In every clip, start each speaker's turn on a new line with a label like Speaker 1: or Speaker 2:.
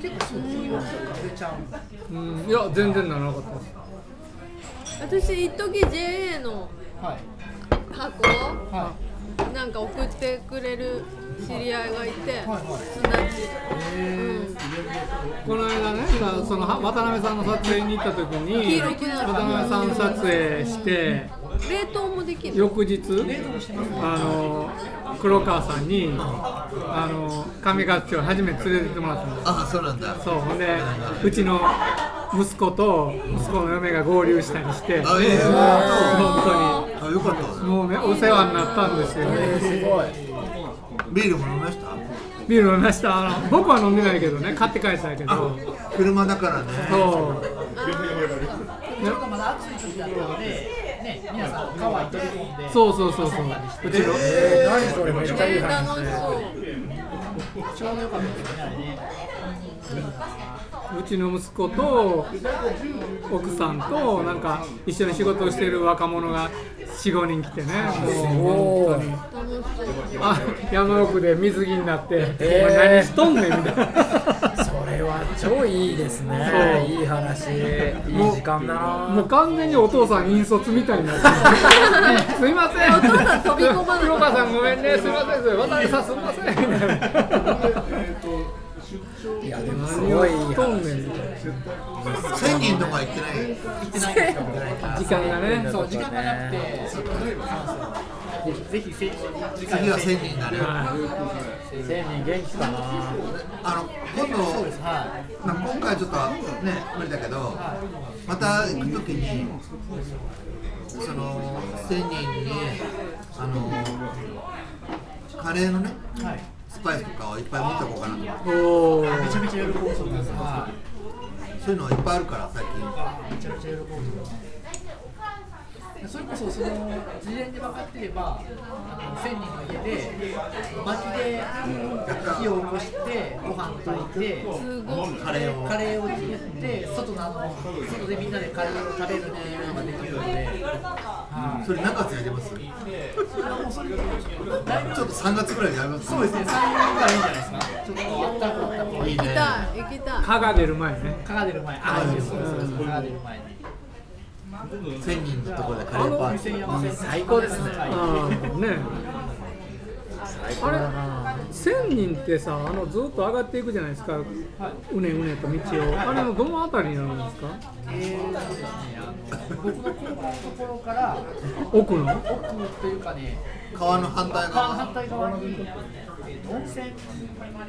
Speaker 1: 結構そういうのが出ちゃうんだ
Speaker 2: うん、いや全然ならなかったです
Speaker 3: 私一時 JA の
Speaker 1: はい
Speaker 3: 箱
Speaker 1: は
Speaker 3: なんか送ってくれる知り合いがいて、
Speaker 1: いはい
Speaker 3: すなち、うん
Speaker 2: この間ね今そのは渡辺さんの撮影に行った時
Speaker 3: 黄
Speaker 2: に
Speaker 3: 色くなる
Speaker 2: 渡辺さん撮影して
Speaker 3: 冷凍もできる
Speaker 2: 翌日あの黒川さんにあの上勝町初めて連れてってもらったんです
Speaker 4: あそうなんだ
Speaker 2: そうほんでうちの息子と息子の嫁が合流したりして
Speaker 4: あええ
Speaker 2: 本
Speaker 4: あよかった
Speaker 2: 当にもうねお世話になったんですよ
Speaker 1: すごい
Speaker 4: ビールも飲みました
Speaker 2: ビール飲みましたあの僕は飲んでないけどね買って帰ったけど
Speaker 4: 車だからね
Speaker 2: そう
Speaker 1: ちょっとまだ暑い時だったのでね皆さん川に飛び込んで
Speaker 2: そうそうそうそううちの、
Speaker 5: えー、何それめっちゃいい
Speaker 3: えー、
Speaker 5: 話
Speaker 3: 楽しそう
Speaker 1: ちょうどよかったですねあれね
Speaker 2: うちの息子と奥さんとなんか一緒に仕事をしている若者が45人来てねもう本当に
Speaker 3: 楽しそう
Speaker 2: あ山奥で水着になって「
Speaker 5: えー
Speaker 2: お前何しとんねん」みたいな
Speaker 5: それは超いいですね
Speaker 2: そう
Speaker 5: いい話いい時間だ
Speaker 2: もう
Speaker 5: な
Speaker 2: 完全にお父さん引率みたいになっ てるすいません
Speaker 3: お父さん飛び込まなかった
Speaker 2: 黒川さんごめんねすいません渡辺さんすいませんみたい
Speaker 5: いやでも
Speaker 2: な
Speaker 5: す
Speaker 2: 何
Speaker 5: ご
Speaker 2: を
Speaker 5: いいい
Speaker 2: しとん
Speaker 5: 話
Speaker 2: ねんみたいな
Speaker 4: 1000人とか行ってない
Speaker 2: 時間がね
Speaker 1: そう時間がなくて
Speaker 4: 次は1000人になる
Speaker 5: 千人元気かな
Speaker 4: あの今度な今回はちょっとね無理だけどまた行くときにその1000人にあのカレーのね
Speaker 1: はい
Speaker 4: スパイスとかをいっぱい持ってこうかなと思って
Speaker 2: お
Speaker 1: めちゃ
Speaker 2: ー
Speaker 1: めちゃ喜ぶそうですは
Speaker 4: そういうのいっぱいあるから最近
Speaker 1: いめちゃめちゃ喜ぶそれこそその事前に分かってればあの1000人の家で薪で火を起こしてご飯炊いて
Speaker 3: すごい
Speaker 4: カレーを
Speaker 1: カレーを作って外のあの外でみんなでカレーを食べるっていうのができるので
Speaker 4: それ何月やります
Speaker 1: だいぶ
Speaker 4: ちょっと3月ぐらいでやります
Speaker 1: そうですね3人ぐらいいいんじゃないですかちょっとあったかあったか
Speaker 4: いい
Speaker 3: 行き
Speaker 4: ね
Speaker 3: たい行きたい
Speaker 2: 歯が出る前ね
Speaker 1: 蚊が出る前あそうそうそう蚊が出る前に
Speaker 4: 1000人のところでカレーパーティー
Speaker 1: 最高ですね
Speaker 2: あーねあれ1000人ってさあのずっと上がっていくじゃないですか、うねうねと道をあれのどの辺りになるんですか
Speaker 1: えーとですね、あの僕の高校のところから
Speaker 2: 奥の
Speaker 1: 奥というかね、
Speaker 4: 川の反対
Speaker 1: 川の
Speaker 4: 側
Speaker 1: 反対側に、えーと温泉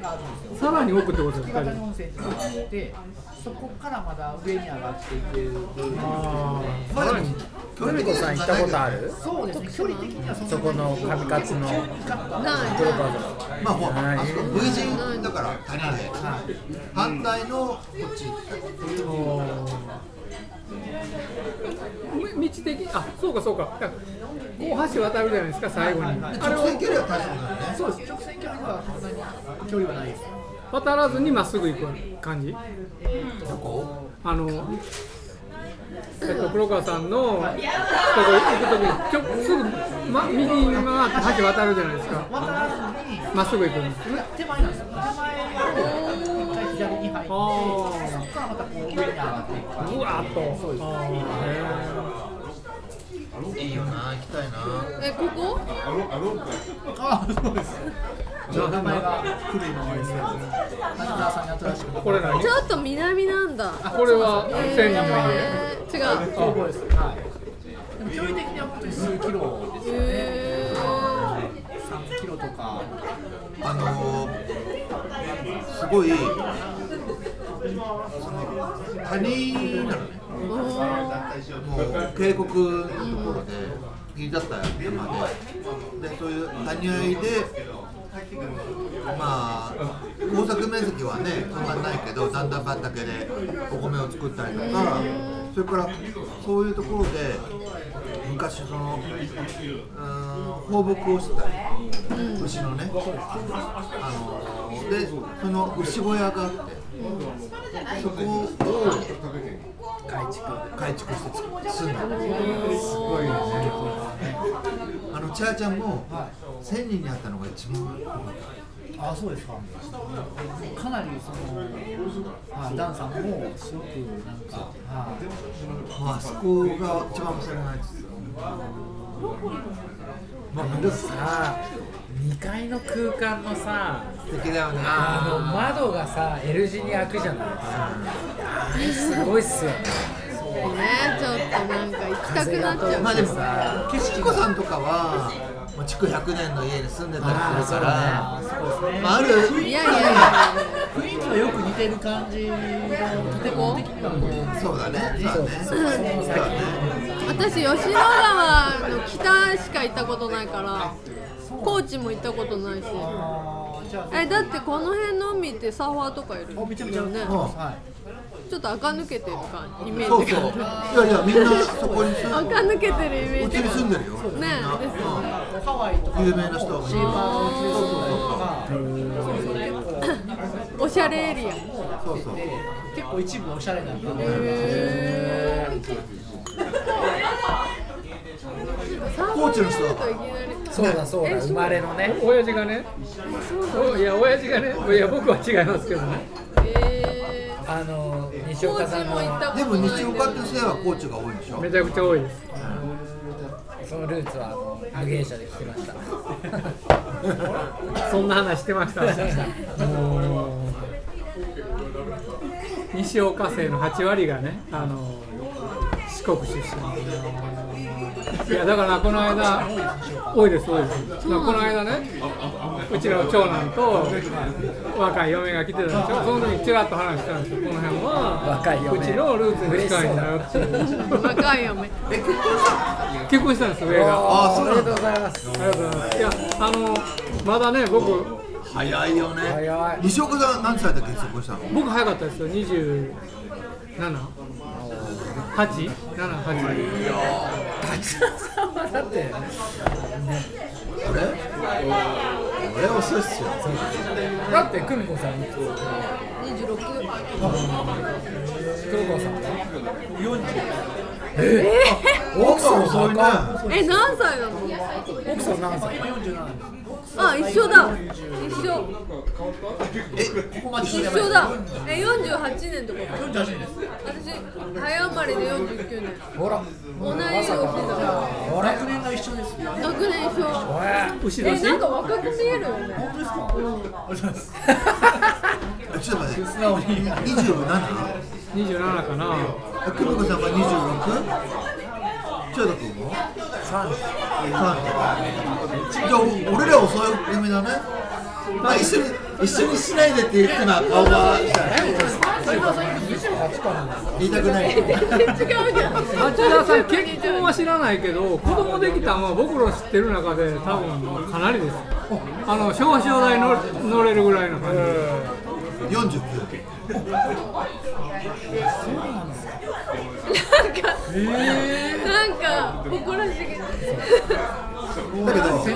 Speaker 1: があるんです
Speaker 2: さ
Speaker 1: よ。
Speaker 2: らに奥ってことです
Speaker 1: 月
Speaker 2: か
Speaker 1: 形の温泉っていうのがあって、そこからまだ上に上がっていける。
Speaker 2: あー
Speaker 4: ま
Speaker 2: さ
Speaker 4: あで
Speaker 2: ら
Speaker 4: も
Speaker 2: に
Speaker 4: 距離
Speaker 5: ル
Speaker 4: 的
Speaker 5: ミコ
Speaker 4: に
Speaker 5: さん行ったことある
Speaker 1: そうですね、距離的にはそんな
Speaker 5: そこのカツカツの
Speaker 1: 急に買った
Speaker 3: ない
Speaker 5: 黒
Speaker 3: な
Speaker 5: 川
Speaker 3: い
Speaker 5: さん
Speaker 4: まあほらあそこ V 字だから谷で反対のこっち行った
Speaker 2: み道的あそうかそうかだからこう橋渡るじゃないですか最後にあれ
Speaker 4: 直線
Speaker 2: を
Speaker 4: 距離は大丈夫だよね
Speaker 1: そうです、直線距離はそんなに距離はないです。
Speaker 2: 渡らずにまっすぐ行く感じ
Speaker 4: どこ
Speaker 2: あのえっと黒川さんのとこ行くときにちょすぐ、ま、右に回って橋渡るじゃないですか
Speaker 1: 渡らずに
Speaker 2: まっすぐ行くの
Speaker 1: 上手前なんですよ。手前を一回左に入って、そ
Speaker 2: あー
Speaker 1: こからまたこう上に上がっていく感じ。
Speaker 2: うわーっと
Speaker 1: そうです。
Speaker 2: あ
Speaker 4: いいよな行きたいな
Speaker 3: えここ
Speaker 1: ああ、そうです。ちょっと名前が古い名前ですけど、滝沢さんに新しく。
Speaker 2: ーこれ何
Speaker 3: ちょっと南なんだ
Speaker 2: これは
Speaker 3: え
Speaker 2: 千人の家
Speaker 3: ー、違う
Speaker 1: そうです。はい。でも距離的には本当に数キロですよね。
Speaker 3: え
Speaker 1: 三キロとか。
Speaker 4: あのー、すごいその谷なのね
Speaker 3: ー、お
Speaker 4: もう渓谷のところで切り立った山ででそういう谷合いでまあ耕作面積はねそんなにないけどだんだん畑でお米を作ったりとかそれからそういうところで昔そのうーん放牧をしてたり牛のねあのでその牛小屋があってそこを
Speaker 1: 改築。
Speaker 4: 改築して住んだの。
Speaker 3: すごい
Speaker 4: あのチャーちゃんも1000人に会ったのが一番良かっ
Speaker 1: あそうですかかなりそのあダンさんもすごくなんかはい
Speaker 4: まあ、そこが一番忘れないですよね。まあ、本当に
Speaker 5: さあ2階の空間のさ
Speaker 4: 素敵だよね。
Speaker 5: あの窓がさ L 字に開くじゃないすごいっすよね
Speaker 3: ねちょっとなんか行きたくなっちゃう
Speaker 4: まあでも、岸子さんとかは、まあ、築100年の家に住んでたりするから、
Speaker 1: あそうですね、
Speaker 4: まあ、ある、
Speaker 3: いやいやいや
Speaker 1: 雰囲気はよく似てる感じの建物的にはこ
Speaker 4: そうだね、そうだね、そうだね、
Speaker 3: 私吉野川の北しか行ったことないから高知も行ったことないし
Speaker 1: うじゃ
Speaker 3: えだってこの辺の海ってサーファーとかいる
Speaker 1: あめちゃめちゃ、
Speaker 3: ね
Speaker 4: うん
Speaker 1: はい
Speaker 3: ちょっと垢抜けてる感じイメ
Speaker 4: そ
Speaker 3: ー
Speaker 4: う
Speaker 3: ジ
Speaker 4: そう、
Speaker 3: が
Speaker 4: いやいや、みんなそこに住
Speaker 3: 垢
Speaker 4: んで
Speaker 3: 抜けてるイメ
Speaker 4: う
Speaker 3: ージ
Speaker 4: ちに
Speaker 3: が
Speaker 4: 住んでるよ、み
Speaker 3: ね
Speaker 4: んな、
Speaker 3: ですよね
Speaker 1: ハワイとか
Speaker 4: うん有名な人はみんな、
Speaker 3: おしゃれエリア
Speaker 4: そうそうそうそう。
Speaker 1: 結構一部おしゃれな感じ
Speaker 3: へーサーファーやるといきなり
Speaker 5: そうだそうだ生まれのね
Speaker 2: お親父がねおいや親父がねいや僕は違いますけどね
Speaker 3: えー
Speaker 5: あの西
Speaker 3: 高
Speaker 5: 岡
Speaker 3: 知
Speaker 5: さん
Speaker 3: も行っ
Speaker 5: の
Speaker 3: たこ
Speaker 4: で
Speaker 3: と
Speaker 4: も
Speaker 3: ない
Speaker 4: 西岡ってせいは高知が多いでしょ
Speaker 2: めちゃくちゃ多いです
Speaker 5: そのルーツはあの無芸者で聞きました
Speaker 2: そんな話してましたもう西岡生の8割がねあの四国出身いやだからこの間多いです多いですだからこの間ねうちの長男と若い嫁が来てたんですよその時にちらっと話したんですよこの辺
Speaker 5: 若い
Speaker 2: は
Speaker 5: 嫁
Speaker 2: うちのルーツに近いんだよっていう
Speaker 3: 若い嫁
Speaker 4: え、結婚した
Speaker 2: 結婚したんですよ映画
Speaker 4: あそう
Speaker 5: お
Speaker 4: な
Speaker 5: め
Speaker 4: ん
Speaker 5: でと
Speaker 4: だ
Speaker 5: うございます
Speaker 2: ありがとうございます。いや、あの、まだね、僕、
Speaker 4: 早いよね。
Speaker 5: 早い
Speaker 4: 西岡さん何歳で結婚したの
Speaker 2: 僕早かったですよ、二十七。八、七、八。
Speaker 5: 立田さんはだって
Speaker 4: 俺俺遅いっすよ。
Speaker 5: だって久美子さんいくつ
Speaker 3: 26
Speaker 5: 久美子さんは
Speaker 4: 奥さん遅いね。
Speaker 3: え何歳なの
Speaker 5: 奥さん何歳
Speaker 3: あ一緒だ一緒
Speaker 1: ここまで
Speaker 3: 一緒だえ48年とか私早生まれで49年
Speaker 5: ほら
Speaker 3: 同い年だから
Speaker 5: ほら
Speaker 1: 学年が一緒ですよ
Speaker 3: 学年一緒
Speaker 5: ほら
Speaker 2: 牛
Speaker 3: え
Speaker 2: 年。
Speaker 3: なんか若く見えるよね
Speaker 1: 本当ですか、ありがとうございます
Speaker 4: えちょっと待って
Speaker 1: 素。直に
Speaker 4: 二十七？
Speaker 2: 二十七かな。
Speaker 4: え久美子さんが二十六？千代田君も？
Speaker 5: 三
Speaker 4: 三。じゃあお俺ら遅い組だね。まあ一緒に一緒にしないでって言ってな顔が言いたくない。
Speaker 3: 違うじゃん
Speaker 2: 町田さん、結婚は知らないけど、子供できたのは僕の知ってる中で、多分かなりです。あの、少々代乗乗れるぐらいの感じ。
Speaker 4: 四十九。
Speaker 3: なんか、なんか誇らしげ。
Speaker 4: だけ
Speaker 3: すごい
Speaker 4: ど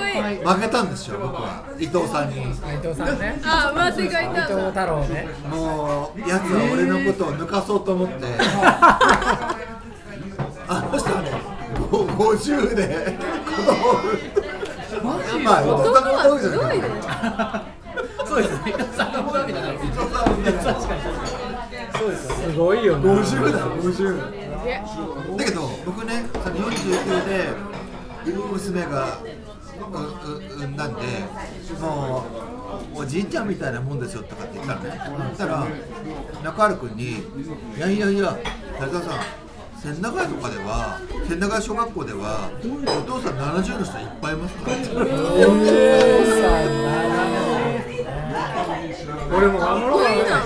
Speaker 4: 負けたんですよ僕は伊藤さんに。
Speaker 5: 伊藤さんね
Speaker 3: あ、上手がい
Speaker 5: 伊
Speaker 3: た
Speaker 5: 藤
Speaker 3: んだ。
Speaker 5: 太郎ね
Speaker 4: もうやつは俺のことを抜かそうと思って、 あの人はねもう50で子供を産むまあお父
Speaker 3: 男
Speaker 4: さんも
Speaker 3: は
Speaker 4: 多いじ
Speaker 3: す
Speaker 4: ゃ
Speaker 3: ご
Speaker 4: ないい
Speaker 3: ね。
Speaker 1: そうですね、坂本わけじゃないです
Speaker 4: お父さんもね
Speaker 2: すごいよね。
Speaker 4: 50だ50
Speaker 3: いや
Speaker 4: だけど僕ねその49で娘がうう産んだんでもうおじいちゃんみたいなもんですよとかって言ったのねそしたら中原君に「いやいやいや谷川さん千駄ヶ谷とかでは千駄ヶ谷小学校ではお父さん70の人いっぱいいますから」
Speaker 2: 俺も頑張ろうか
Speaker 3: いい
Speaker 2: な
Speaker 3: な。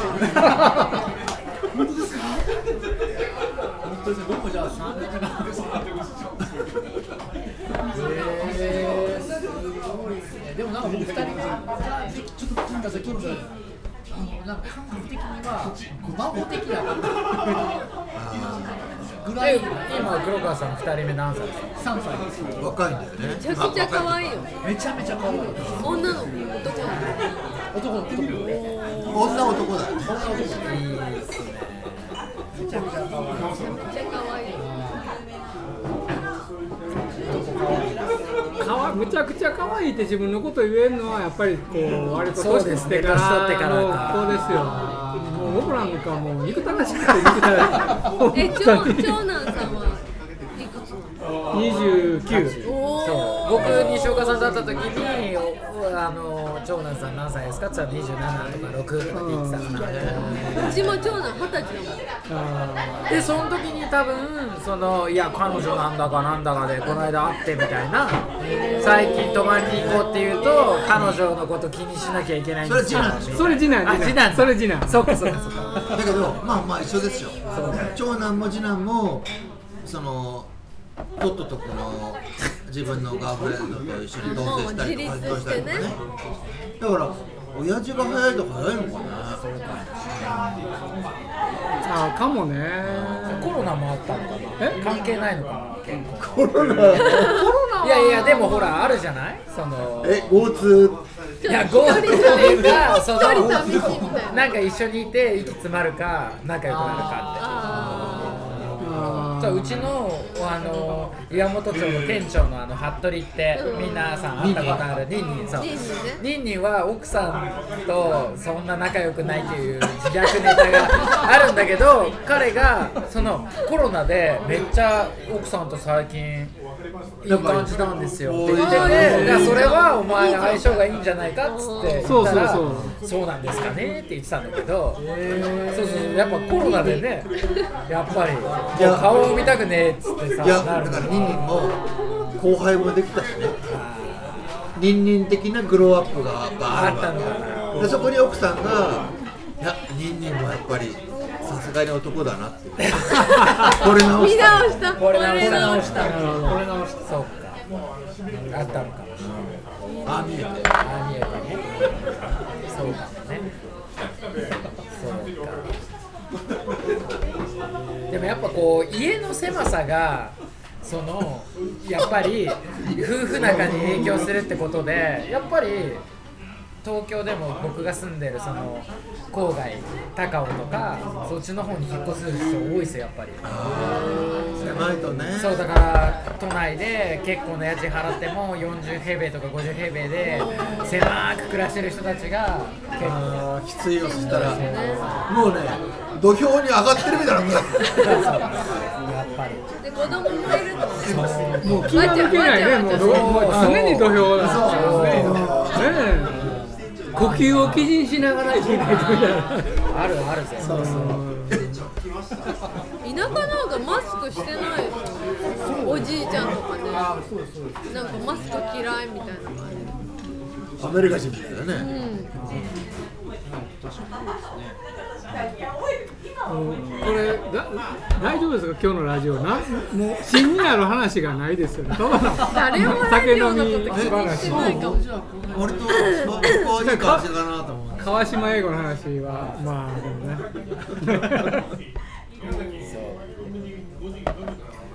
Speaker 1: 本当ですね、僕もじゃあ三年間ですえーすごいですねでもなんか僕二人がちょっと聞いた時にあのなんか感覚的には孫的なぐらい
Speaker 5: 今黒川さん二人目何歳ですか
Speaker 1: 三歳です
Speaker 4: 若いんだよね
Speaker 3: めちゃくちゃ可愛いよ。
Speaker 1: めちゃめちゃ可愛いです
Speaker 3: 女の子、男の
Speaker 1: 男の子男の子
Speaker 4: 女男だよね
Speaker 3: 子、めっちゃ可愛いよ。
Speaker 4: 可
Speaker 2: かわいむちゃくちゃ可愛いって自分のこと言えるのはやっぱりこう割と
Speaker 5: そう
Speaker 2: 年
Speaker 5: で
Speaker 2: 取
Speaker 5: す
Speaker 2: っ
Speaker 5: ね
Speaker 2: てから
Speaker 5: 年取ってからか
Speaker 2: の子ですよもう僕なんかもう憎たらしくて憎たらしくて
Speaker 3: え長長男さんはいくつなの
Speaker 2: 29
Speaker 3: お
Speaker 5: そう僕西岡さんだった時におあの長男さん何歳ですかって言ったら27とか6とかって言ってたかな
Speaker 3: うちも長男二十歳だもん
Speaker 2: あ
Speaker 5: でその時に多分そのいや彼女なんだかなんだかでこの間会ってみたいな最近泊まりに行こうって言うと彼女のこと気にしなきゃいけないんですよ
Speaker 4: それ次男
Speaker 2: ーそれ次男
Speaker 4: でし
Speaker 5: あ次男
Speaker 2: それ次男
Speaker 5: そっかそっかそっか
Speaker 4: だけどまあまあ一緒ですよ長男も次男もそのとっととこの自分のガーフレンドと一緒に同棲したりとか
Speaker 3: もう自立
Speaker 4: 結婚した
Speaker 3: して
Speaker 4: りと
Speaker 3: ね
Speaker 4: かねだから親父が早いとか早いのか
Speaker 2: あーかもね
Speaker 5: コロナもあったのか
Speaker 2: え
Speaker 5: な関係ないのかな結構
Speaker 4: なコロナ
Speaker 5: いやいやでもほらあるじゃないその
Speaker 4: え GoTo
Speaker 5: いやゴールドがそ
Speaker 3: 一人
Speaker 5: の
Speaker 3: 寂しいみたいな
Speaker 5: なんか一緒にいて息詰まるか仲良くなるか
Speaker 3: あ
Speaker 2: あ
Speaker 5: ってそう
Speaker 2: ー
Speaker 5: うちのあの岩本町の店長のあの服部ってみんなさん会ったことあるニンニンそう
Speaker 3: ニンニンね
Speaker 5: ニンニンは奥さんとそんな仲良くないっていう自虐ネタがあるんだけ ど彼がそのコロナでめっちゃ奥さんと最近いい感じなんですよって言ってて
Speaker 3: おー
Speaker 5: いやそれはお前相性がいいんじゃないかっつって言ったら
Speaker 2: そうそう
Speaker 5: そうなんですかねって言ってたんだけどそうそうそうやっぱコロナでねやっぱり
Speaker 4: いや
Speaker 5: もう顔を見たくねえっつってさ
Speaker 4: いや
Speaker 5: なる
Speaker 4: だからニンニンも後輩もできたしねニンニン的なグローアップがやっぱある
Speaker 5: あったの
Speaker 4: わけでそこに奥さんが「いやニンニンはやっぱりさすがに男だな」ってこれ
Speaker 3: あ
Speaker 4: 直
Speaker 3: 見
Speaker 4: した
Speaker 3: 直した
Speaker 5: これ直した
Speaker 3: 直
Speaker 5: 直
Speaker 3: し
Speaker 5: した
Speaker 3: た
Speaker 5: これ直したそうかあったのかもしれない
Speaker 4: あ見えて
Speaker 5: ああ見えたねそうかもねそうかでもやっぱこう家の狭さがそのやっぱり夫婦仲に影響するってことでやっぱり東京でも僕が住んでるその郊外高尾とかそっちの方に引っ越す人多いですよやっぱり。
Speaker 4: 狭いとね
Speaker 5: そうだから都内で結構な家賃払っても40平米とか50平米で狭く暮らしてる人たちが結構
Speaker 4: きついよそしたらもうね土俵に上がってるみたいな
Speaker 5: やっぱ
Speaker 3: で
Speaker 5: り
Speaker 3: 子供もいるとね
Speaker 2: もう気が抜けないねもうど
Speaker 5: そう
Speaker 2: もう常に土俵だ
Speaker 5: そう
Speaker 2: ねえ呼吸を基準しながら生きないといけない
Speaker 5: あるあるぜそう
Speaker 3: 田舎なんかマスクしてないよおじいちゃんとかねなんかマスク嫌いみたいな感じ
Speaker 4: アメリカ人みたいなね
Speaker 2: もうこれだ大丈夫ですか今日のラジオなもう芯になる話がないですよねどうなの
Speaker 3: 誰もラジオのこと気にしてないかも
Speaker 4: 俺と僕はいい感じだなと思う
Speaker 2: 川島英語の話はまあでもね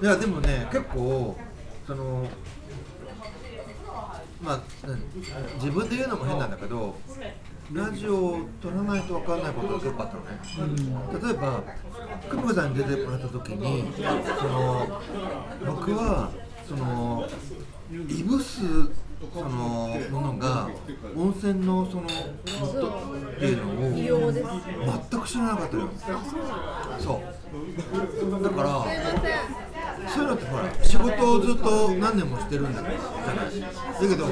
Speaker 4: いやでもね結構そのまあうん自分で言うのも変なんだけどラジオを撮らないと分かんないことが結構あったのね、例えば久保さんに出てもらった時にその僕はそのいぶすそのものが温泉のそのもとっていう
Speaker 3: 美
Speaker 4: のを
Speaker 3: 容ですすい
Speaker 4: 全く知らなかったよそうだから
Speaker 3: ません
Speaker 4: そういうのってほら仕事をずっと何年もしてるんだじゃないだけど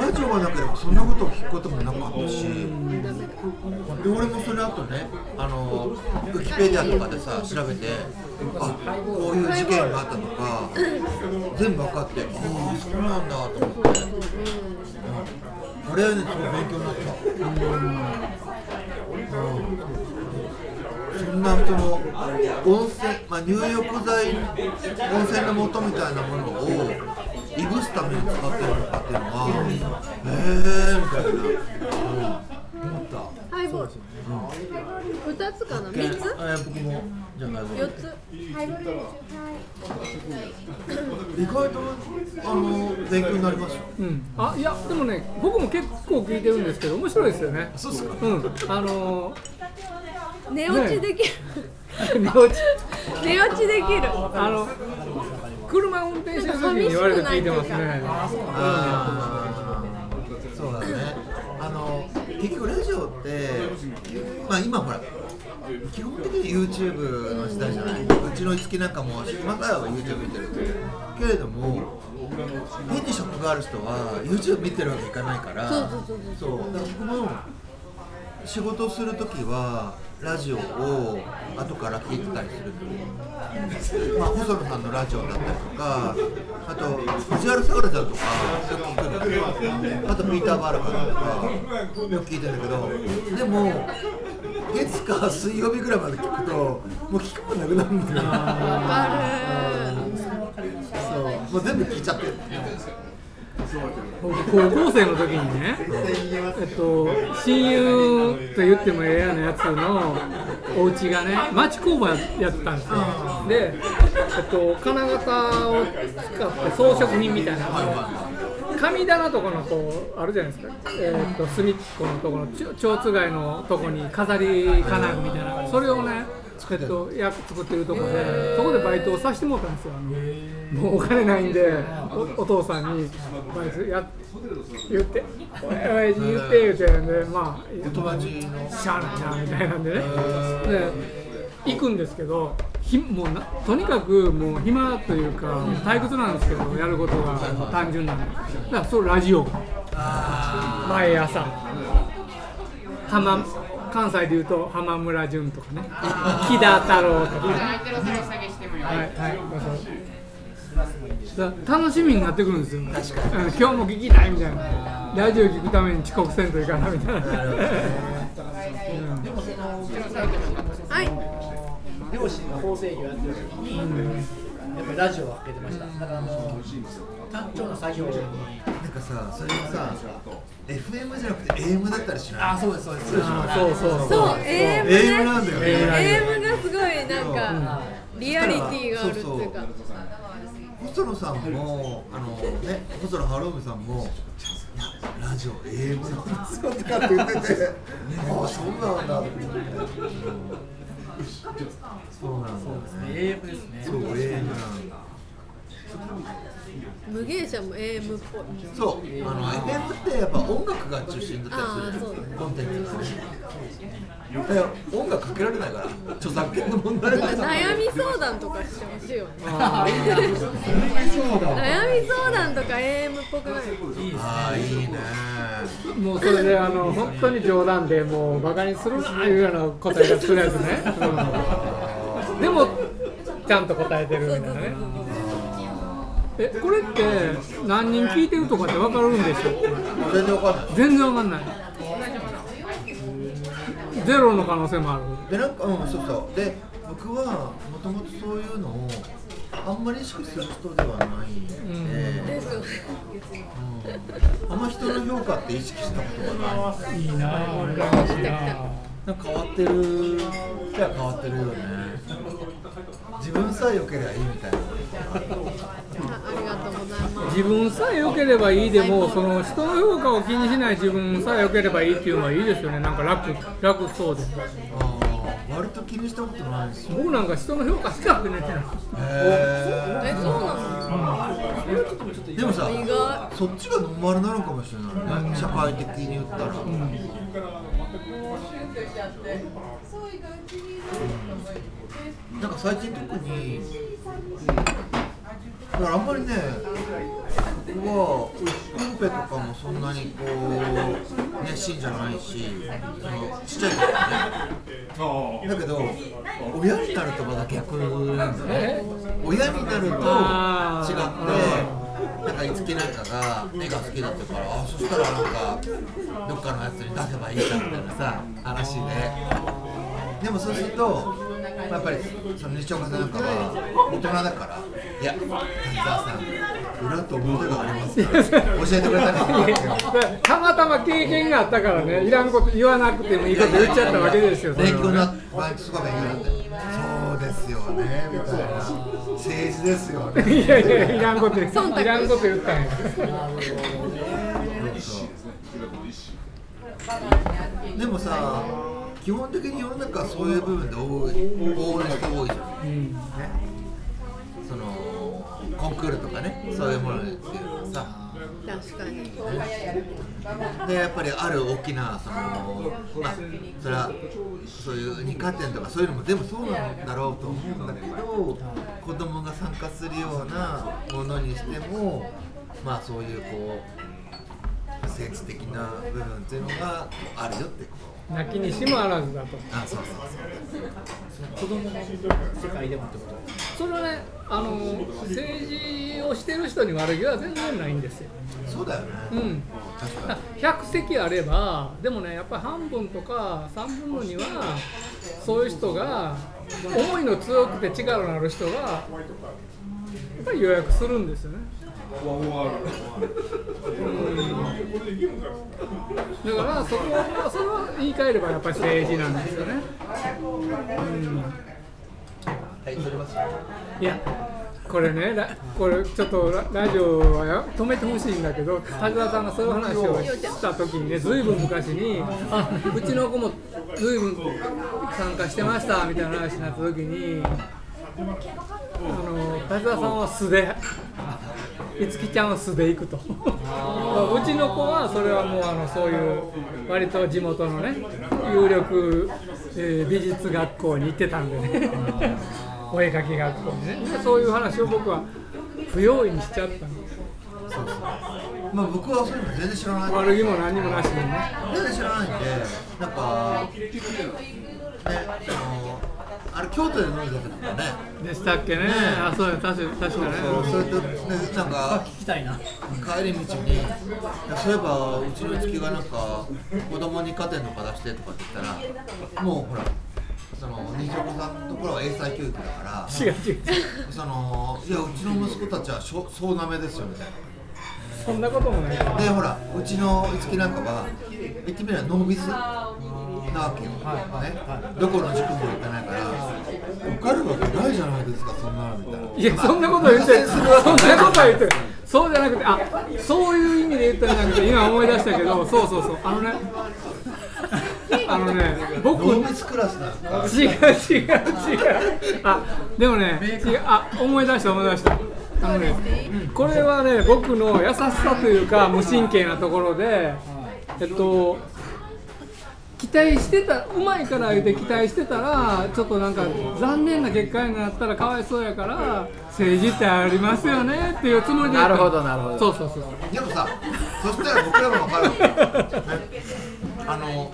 Speaker 4: ラジオがなければそんなことを聞くこともなかったしで俺もそれあとねあのウィキペディアとかでさ調べてあこういう事件があったとか全部分かってああそうなんだと思って、うんこれはねすごい勉強になった、うんうんそんなその温泉、まあ、入浴剤、温泉の素みたいなものをいぶすために使ってるのかっていうのは、えーみたいな、うん、思った。
Speaker 3: ハイボール二つかな三つ
Speaker 4: あ僕もじゃない
Speaker 3: 四つ
Speaker 4: 意外とあの勉強になりますよ。
Speaker 2: うんあいやでもね僕も結構聞いてるんですけど面白いですよね
Speaker 4: そうっすか
Speaker 2: うんあの
Speaker 3: 寝落ちできる
Speaker 2: ー 寝落ち
Speaker 3: 寝落ちできる
Speaker 2: あの車運転生の時に言われて聞いてますね。
Speaker 4: あーそうだねあの結局ラジオってまあ今ほら基本的に YouTube の時代じゃないうちの月なんかも暇だよ YouTube 見てるけれども変に職がある人は YouTube 見てるわけいかないから
Speaker 3: そうそうそう
Speaker 4: そうだから僕も仕事する時はラジオを後から聞いてたりするとまあ、細野さんのラジオだったりとか、あと、藤原さくらちゃんとか、よく聞くのあと、ピーター・バーラカンとか、よく聞いてるんだけど、でも、月か水曜日ぐらいまで聞くと、もう聞くもなくなるんだよ。
Speaker 3: わかる
Speaker 4: そうもう全部聞いちゃってる。
Speaker 2: 僕高校生の時にね、えっと、親友と言ってもええやのやつのお家がね町工場やってたんですよで、えっと、金型を使って装飾品みたいなのを神棚とかのこうあるじゃないですか、えっと隅っこのところちょ蝶番のとこに飾り金具みたいなそれをねえっと、や作ってるとこで、そこでバイトをさせてもらったんですよ、あのもうお金ないんで、おお父さんに、バイトやっ言って、おいおい言って言うて、でまあ、
Speaker 4: 友達の
Speaker 2: しゃあないなみたいなんでね、で行くんですけど、ひもうなとにかくもう暇というか、退屈なんですけど、やることが単純なんで、だからそれ、ラジオが、毎朝、浜関西でいうと、浜村淳とかね、木田太郎とか。はいはいだから楽しみになってくるんですよ、うん今日も聞きたいみたいな、ラジオ聞くために遅刻せんといかんなみたいな。
Speaker 3: はい
Speaker 1: 両親が法制御やってる時に、やっぱりラジオはかけてました、だからあの単調な作業に
Speaker 4: なんかさ、それもさ、FM じゃなくて AM だったりしないあ、そうです、そうです。
Speaker 2: そうそうそう
Speaker 3: そう AM ね
Speaker 4: AM なんだよね
Speaker 2: AM
Speaker 3: AM がすごいなんかリアリティがあるっていうか
Speaker 4: 細野さんも、あのね、細野晴臣さんも、いやラジオ、英語なんですよとかって言ってて、ああ、そうなんだって言って。そうなんだね。
Speaker 1: AM ですね
Speaker 4: そう、英語なんだ。
Speaker 3: 無芸者も AM っぽい
Speaker 4: そう、あの、FM ってやっぱ音楽が中心だったり
Speaker 3: あ
Speaker 4: す
Speaker 3: あそう
Speaker 4: る
Speaker 3: ね
Speaker 4: コンテンツがね。いや音楽かけられないから、著作権の問題だ
Speaker 3: なんか
Speaker 4: から。
Speaker 3: 悩み相談とかしてほしいよね
Speaker 2: あ
Speaker 1: そうだ
Speaker 3: 悩み相談とか AM っぽくない
Speaker 4: ああ、いいね。
Speaker 2: ーもうそれであの本当に冗談でもうバカにするないうような答えがするやつね、うんでもちゃんと答えてるみたいなねえこれって何人聞いてるとかって分かるんでしょう
Speaker 4: 全然わかんない。
Speaker 2: 全然分かんないゼロの可能性もある
Speaker 4: でなんかうんそうそうで僕はもともとそういうのをあんまり意識する人ではないんで、
Speaker 2: ん
Speaker 3: ですよね
Speaker 4: あんま人の評価って意識したことがない
Speaker 2: いいなあ羨ましいなあ
Speaker 4: なんか変わってるじゃ変わってるよね自分さえ良ければいいみたいな
Speaker 3: あありがとうございます
Speaker 2: 自分さえ良ければいいでもその人の評価を気にしない自分さえ良ければいいっていうのはいいですよねなんか楽楽そうで
Speaker 4: あー割と気にしたことないし
Speaker 2: 僕なんか人の評価したくね
Speaker 4: へ
Speaker 3: えそうなの
Speaker 4: ーでもさ
Speaker 3: 意外
Speaker 4: そっちがノーマルなのかもしれないね社会的に言ったら、なんか最近特に、だからあんまりね、僕はコンペとかもそんなにこう熱心じゃないし、そのちっちゃい頃ね。だけど親になるとまた逆なんだね。親になると違って、なんかいつきなんかが絵が好きだったから、あそしたらなんかどっかのやつに出せばいいじゃんみたいなさ話で。でもそうすると、やっぱりその西岡さんなんかは大人だから、いや、谷沢さん、裏と表がありますから、教えてくれたね。
Speaker 2: たまたま経験があったからねいらんこと言わなくてもいいこと言っちゃったわけですよそれ
Speaker 4: 勉強
Speaker 2: は
Speaker 4: にな
Speaker 2: ね
Speaker 4: っバイトとか勉強になって、そうですよね、みたいな、政治ですよね。
Speaker 2: いやいやいらんこと言っ
Speaker 3: 忖度
Speaker 2: いらんこと言ったんや
Speaker 4: でもさ、基本的に世の中はそういう部分で多い、多い人多いじゃん。ね、そのコンクールとかねそういうものでっていうのがさ
Speaker 3: 確かに
Speaker 4: でやっぱりある大きなそのまあそれはそういう二課店とかそういうのも全部そうなんだろうと思うんだけど子供が参加するようなものにしてもまあそういうこう政治的な部分っていうのがあるよってこう
Speaker 2: 泣きにしもあらずだと
Speaker 4: あそうそうそう
Speaker 1: 子供の世界でもってこと
Speaker 2: それはねあの政治をしてる人に悪気は全然ないんですよ
Speaker 4: そうだよね、
Speaker 2: うん
Speaker 4: 確かに
Speaker 2: 100席あればでもねやっぱり半分とか3分の2はそういう人が思いの強くて力のある人がやっぱり予約するんですよね。うんだからそこはそれは言い換えればやっぱり政治なんですよね。うん
Speaker 4: はい取れます
Speaker 2: いやこれねラこれちょっとララジオはや止めてほしいんだけど滝沢さんがそういう話をした時にねずいぶん昔に「あうちの子もずいぶん参加してました」みたいな話になった時にあの滝沢さんは素で。いつきちゃんは素で行くとうちの子はそれはもうあのそういう割と地元のね有力、えー美術学校に行ってたんでねお絵描き学校にねでそういう話を僕は不用意にしちゃったの
Speaker 4: まあ僕はそういうの全然知らないから
Speaker 2: 悪気も何にもなしにね
Speaker 4: 全然知らないんで、なんか、ね、そのあれ、京都で飲んでた時だね、
Speaker 2: でしたっけねあそうや確か確かね
Speaker 4: そうそれと、ね、なんか、
Speaker 1: 聞きたいな
Speaker 4: 帰り道に、いやそういえば、うちの月がなんか、子供にカテンとか出してとかって言ったら、もうほら、その西岡さんのところは英才教育だから、
Speaker 2: 違う違う
Speaker 4: そのいや、うちの息子たちはしょそうなめですよみたいな。
Speaker 2: そんなこともない
Speaker 4: でほらうちの五木なんかは言ってみればノービスなわけよ、ねどこの塾も行かないから受かるわけないじゃないですかそんなのみたいない
Speaker 2: やそんなこと言 ってそんなことは言ってそうじゃなくてあそういう意味で言ったんじゃなくて今思い出したけどそうそうそうあのねあのね僕
Speaker 4: ノービスクラスなんか
Speaker 2: 違う違う違うあでもね違うあ思い出した思い出したあのねこれはね僕の優しさというか無神経なところでえっと期待してたうまいから言うて期待してたらちょっとなんか残念な結果になったらかわいそうやから政治ってありますよねっていうつもりで
Speaker 5: なるほどなるほど
Speaker 2: そうそうそう
Speaker 4: でもさそしたら僕らも分かるわけよ、ね、あの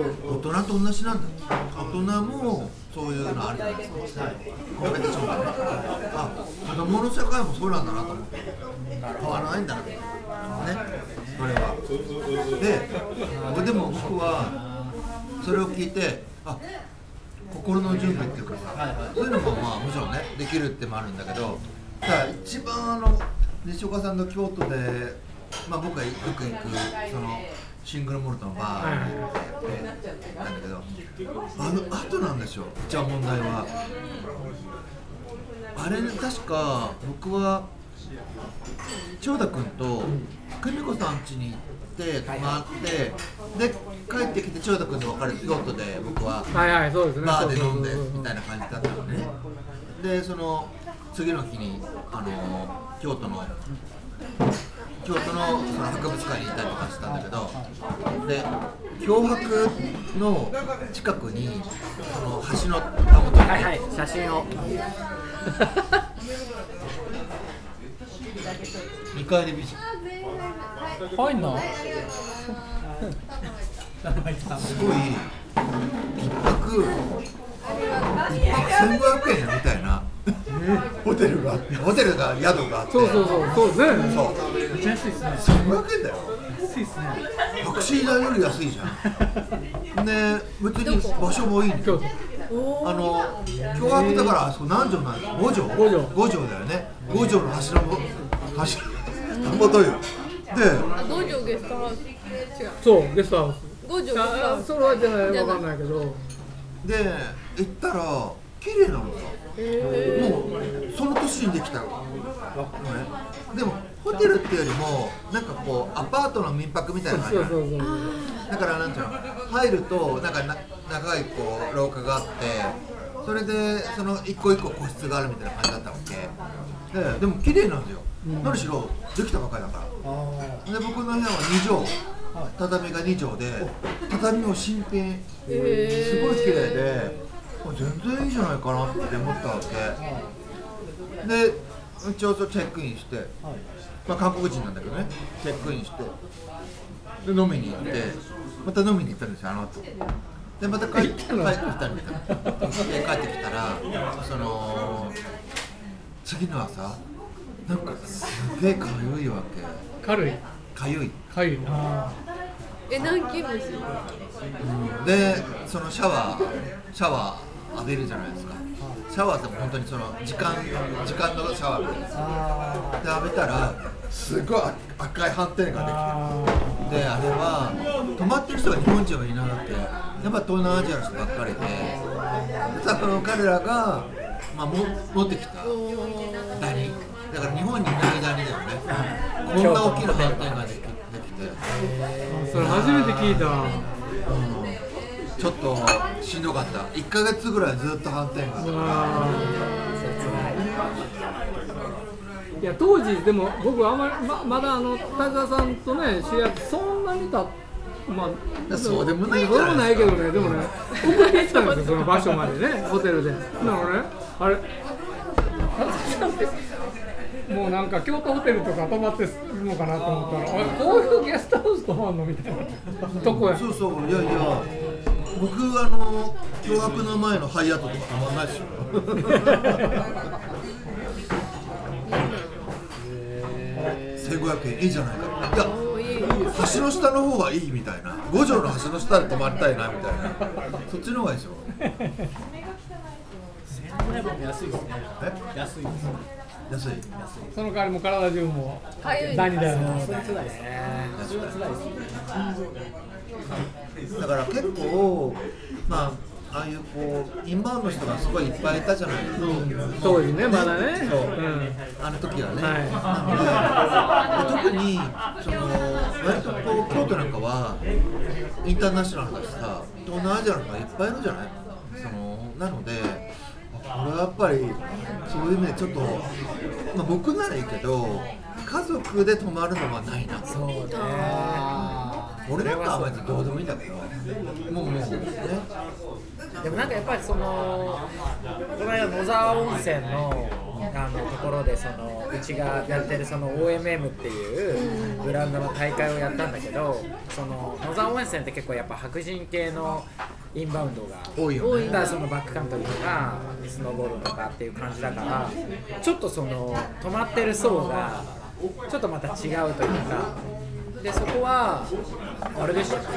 Speaker 4: 大人と同じなんだ大人もそういうのあるじゃないですか、コメントしもねあ子供の世界もそうなんだなと思って変わらないんだなねそれはででも僕はそれを聞いてあ心の準備っていうかさ、そういうのもまあもちろんねできるってもあるんだけどただ一番あの西岡さんの京都で、まあ、僕がよく行くそのシングルモルトのバーに行ってなんだけどあの後なんですよじゃあ問題はあれ確か僕は千代田君と久美子さん家に行って泊まってで帰ってきて千代田君と別れて京都で僕は。
Speaker 2: はいはいそうですね
Speaker 4: バーで
Speaker 2: そう
Speaker 4: 飲んで
Speaker 2: そうそうそう
Speaker 4: みたいな感じだったのねでその次の日にあの京都の京都のその博物館に行ったりとかしたんだけどで京博の近くにその橋のたもとに、
Speaker 5: はいはい写真を
Speaker 4: 2階に美人
Speaker 5: 入んの
Speaker 4: すごい一泊一泊千五百円みたいなホテルがあってホテルが宿があって
Speaker 2: そうそうそうそうですね
Speaker 4: そう
Speaker 1: めっちゃ安いですね
Speaker 4: 1500円だよ
Speaker 1: 安いですね
Speaker 4: タクシー代より安いじゃん。で、別に場所もいいね。
Speaker 2: 京都
Speaker 4: あの、京学だから、あそこ何条なんですか。五条。
Speaker 2: 五条
Speaker 4: 五条だよね。五条の柱も。柱。田んぼという。で、
Speaker 3: 五条ゲストハウス違う
Speaker 2: そうゲストハウス
Speaker 3: 五条ゲストハ
Speaker 2: あ
Speaker 3: ウス
Speaker 2: あそれはじゃないわかんないけど
Speaker 4: で、行ったら、綺麗なのさ。もう、その年にできたの。ねでも、ホテルっていうよりも、なんかこう、アパートの民泊みたいな感じ
Speaker 2: そ
Speaker 4: な
Speaker 2: う
Speaker 4: の。
Speaker 2: そうそう
Speaker 4: だからなんていうの入るとなんかな長いこう廊下があってそそれでその一個一個個室があるみたいな感じだったわけででも綺麗なんですよ、何しろできたばっかりだから
Speaker 1: あ
Speaker 4: で僕の部屋は2畳、畳が2畳で畳の新品すごい綺麗でもう全然いいじゃないかなって思ったわけで一応そうチェックインして、まあ、韓国人なんだけどねチェックインしてで飲みに行ってまた飲みに行ったんですよあの後でまた帰って帰ってきたんだで帰ってきたらその次の朝なんかすげえかゆいわけ。
Speaker 2: 軽い
Speaker 4: かゆい、
Speaker 2: かゆいな
Speaker 3: え、何キムチ
Speaker 4: でそのシャワーシャワー浴びるじゃないですかシャワーってもう本当にその時間時間のシャワーみたいな
Speaker 1: あ
Speaker 4: で浴びたらすごい赤赤い斑点ができてであれは泊まってる人が日本人はいなくてやっぱ東南アジアの人ばっかりで多分彼らが、まあ、も持ってきたダニだから日本にいないダニだよねこんな大きな斑点ができできて。
Speaker 2: それ初めて聞いた
Speaker 4: ちょっとしんどかった1ヶ月ぐらいずっと反転が
Speaker 2: あーいや当時でも僕あんまりままだあの田沢さんとね知り合ってそんなにたまあ
Speaker 4: そうでもないんじ
Speaker 2: そう
Speaker 4: ゃ
Speaker 2: で
Speaker 4: な
Speaker 2: もな
Speaker 4: いで
Speaker 2: い
Speaker 4: す
Speaker 2: け
Speaker 4: か
Speaker 2: どねでもね送って行ったんですよその場所までねホテルでだからねあれもうなんか京都ホテルとか泊まってするのかなと思ったらあれこういうゲストハウス泊まんのみたいな とこや
Speaker 4: そうそういやいや僕あの驚愕の前のハイアットとかたまんないですよ1500円いいじゃないかいや橋の下の方がいいみたいな五条の橋の下で泊まりたいなみたいなそっちの方がいいですよ
Speaker 1: あ1500円も安いですね
Speaker 4: え
Speaker 1: 安いですね
Speaker 4: 安い
Speaker 2: その代わりもう体中も
Speaker 3: かゆい
Speaker 2: 何だよ
Speaker 1: それ辛いですねそれは辛いですね
Speaker 4: だから結構まあああいうこうインバウンドの人がすごいいっぱいいたじゃないですか、
Speaker 2: 当時ねまだね
Speaker 4: そう、
Speaker 2: うん
Speaker 4: あの時はね、
Speaker 2: は
Speaker 4: なので特にその割とこう京都なんかはインターナショナルだしさ東南アジアの人がいっぱいいるじゃないそのなのであこれはやっぱりそういう意味でちょっと、まあ、僕ならいいけど家族で泊まるのはないな
Speaker 5: そうね
Speaker 4: 俺なんかは別にどうでもいいんだけどもうもうね
Speaker 5: でもなんかやっぱりそのこの間野沢温泉のあのところでそのうちがやってるその OMM っていうブランドの大会をやったんだけどその野沢温泉って結構やっぱ白人系のインバウンドが
Speaker 4: 多いよね
Speaker 5: だからそのバックカントリーとかスノーボードとかっていう感じだからちょっとその止まってる層がちょっとまた違うというかでそこはあれでしたその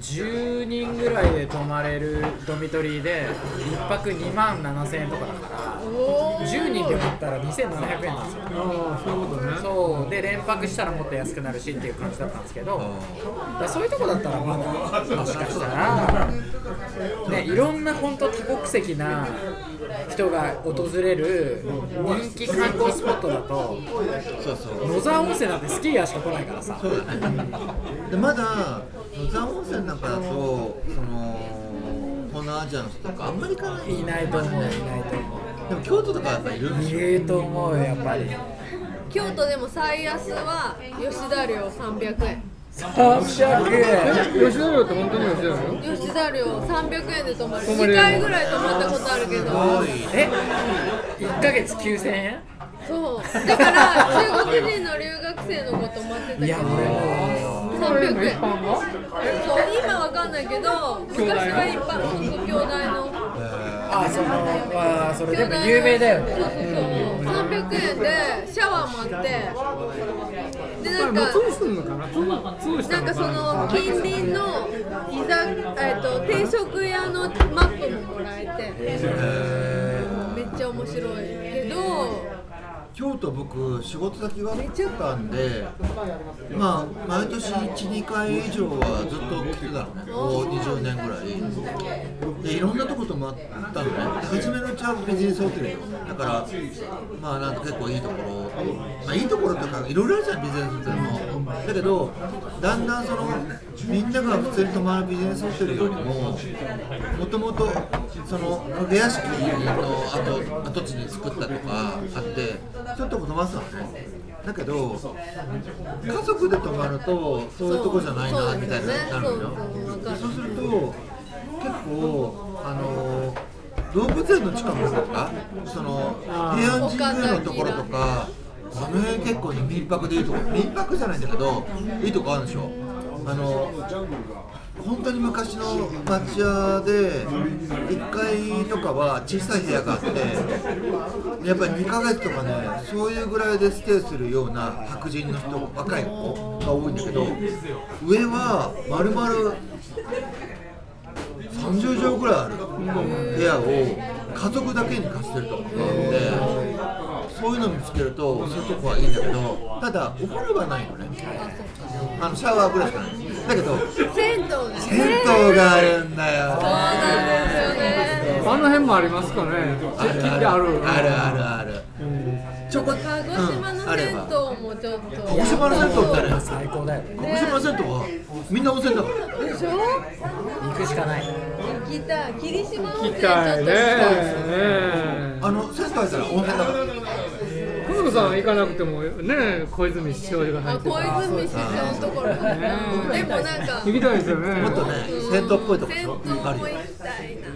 Speaker 5: 10人ぐらいで泊まれるドミトリーで1泊2万7000円とかだから10人で買ったら2700円なんですよ
Speaker 2: ああそういうことね
Speaker 5: そうで連泊したらもっと安くなるしっていう感じだったんですけどだからそういうとこだったらまだもしかしたら、ね、いろんな本当多国籍な人が訪れる人気観光スポットだと
Speaker 4: そうそう
Speaker 5: 野沢温泉なんてスキーヤーしか来ないからさ
Speaker 4: そうだね。でまだ野沢温泉なんかだとその東南アジアの人とかあんまり行かない。
Speaker 5: いないと思ういないと思
Speaker 4: でも京都とかやっぱいるん
Speaker 5: う
Speaker 4: で
Speaker 5: い
Speaker 4: しょ。
Speaker 5: ると思うよやっぱり
Speaker 3: 京都でも最安は吉田寮300円
Speaker 5: 300円
Speaker 2: 吉田寮って本当に吉田寮
Speaker 3: 吉田寮300円で泊まる
Speaker 2: 泊まれる
Speaker 3: 2回ぐらい泊まったことあるけど
Speaker 5: え1ヶ月9000円
Speaker 3: そうだから中国人の留学生の子泊まってた
Speaker 5: い
Speaker 3: けど
Speaker 5: や俺も
Speaker 3: 300円
Speaker 2: 一般は
Speaker 3: そう今わかんないけど昔は一般そうそう兄弟の
Speaker 5: あそのまあそれ
Speaker 3: 兄
Speaker 5: で
Speaker 3: 弟
Speaker 5: も
Speaker 3: の
Speaker 5: 有名だよ
Speaker 3: そうそう
Speaker 5: ね
Speaker 3: そう300円でシャワーもあってでなん
Speaker 2: も
Speaker 3: か
Speaker 2: う通すんのかな通通した
Speaker 3: なんか
Speaker 2: のか
Speaker 3: そ
Speaker 2: な
Speaker 3: の近隣の居ざ、えっと定食屋のマップももらえてめっちゃ面白いけど
Speaker 4: 京都僕仕事先が見ちゃったんで、まあ毎年1、2回以上はずっと来てたのね。もう20年ぐらい。でいろんなとこ泊まったのねで初めのうちはビジネスホテルよだからまあなんか結構いいところ、まあ、いいところとかいろいろあるじゃんビジネスホテルもだけどだんだんそのみんなが普通に泊まるビジネスホテルよりももともとその影屋敷の跡跡地に作ったとかあってちょっと泊まってたのねだけど家族で泊まるとそういうとこじゃないなみたいななるの
Speaker 3: そうそ
Speaker 4: よ
Speaker 3: うわかる
Speaker 4: そうすると結構あの動物園の近くとかその
Speaker 2: あー
Speaker 4: 平安神宮のところとかあの辺結構ね民泊でいいとこ民泊じゃないんだけどいいとこあるでしょあの本当に昔の町屋で1階とかは小さい部屋があってやっぱり2ヶ月とかねそういうぐらいでステイするような白人の人若い子が多いんだけど上は丸々30畳ぐらいある部屋を家族だけに貸してるとこがあってそういうの見つけるとそういうとこはいいんだけどただお風呂がないのねあのシャワーぐらいしかないだけど
Speaker 3: 銭湯が
Speaker 4: 銭湯があるんだよ
Speaker 2: あの辺もありますかね。
Speaker 4: ある
Speaker 2: 聞い
Speaker 4: あ
Speaker 2: て
Speaker 4: る
Speaker 2: あ
Speaker 4: あ
Speaker 2: る。
Speaker 4: るあるあるあるちょこっと
Speaker 3: 鹿児島の銭湯もちょっと
Speaker 4: 鹿児島の銭湯ってあれ
Speaker 5: 最高だよ
Speaker 4: 鹿児島の銭湯はみんな温泉だから
Speaker 3: でしょ
Speaker 5: 行くしかない
Speaker 3: 行きたい霧島温
Speaker 2: 聞
Speaker 3: 泉
Speaker 2: き
Speaker 3: ちょったと行き
Speaker 2: いね。
Speaker 3: たい
Speaker 2: ね
Speaker 4: あの銭湯入ったら温泉だから
Speaker 2: 久保田さん行かなくてもね、小泉師匠が入
Speaker 3: あ
Speaker 2: ってる。
Speaker 3: 小泉市長のところでもなんか
Speaker 2: 行きたいですよね。
Speaker 4: もっとね銭湯っぽいとこで
Speaker 3: 銭
Speaker 4: し
Speaker 3: 湯
Speaker 4: ょ
Speaker 3: も行き
Speaker 4: あるよ
Speaker 3: たいな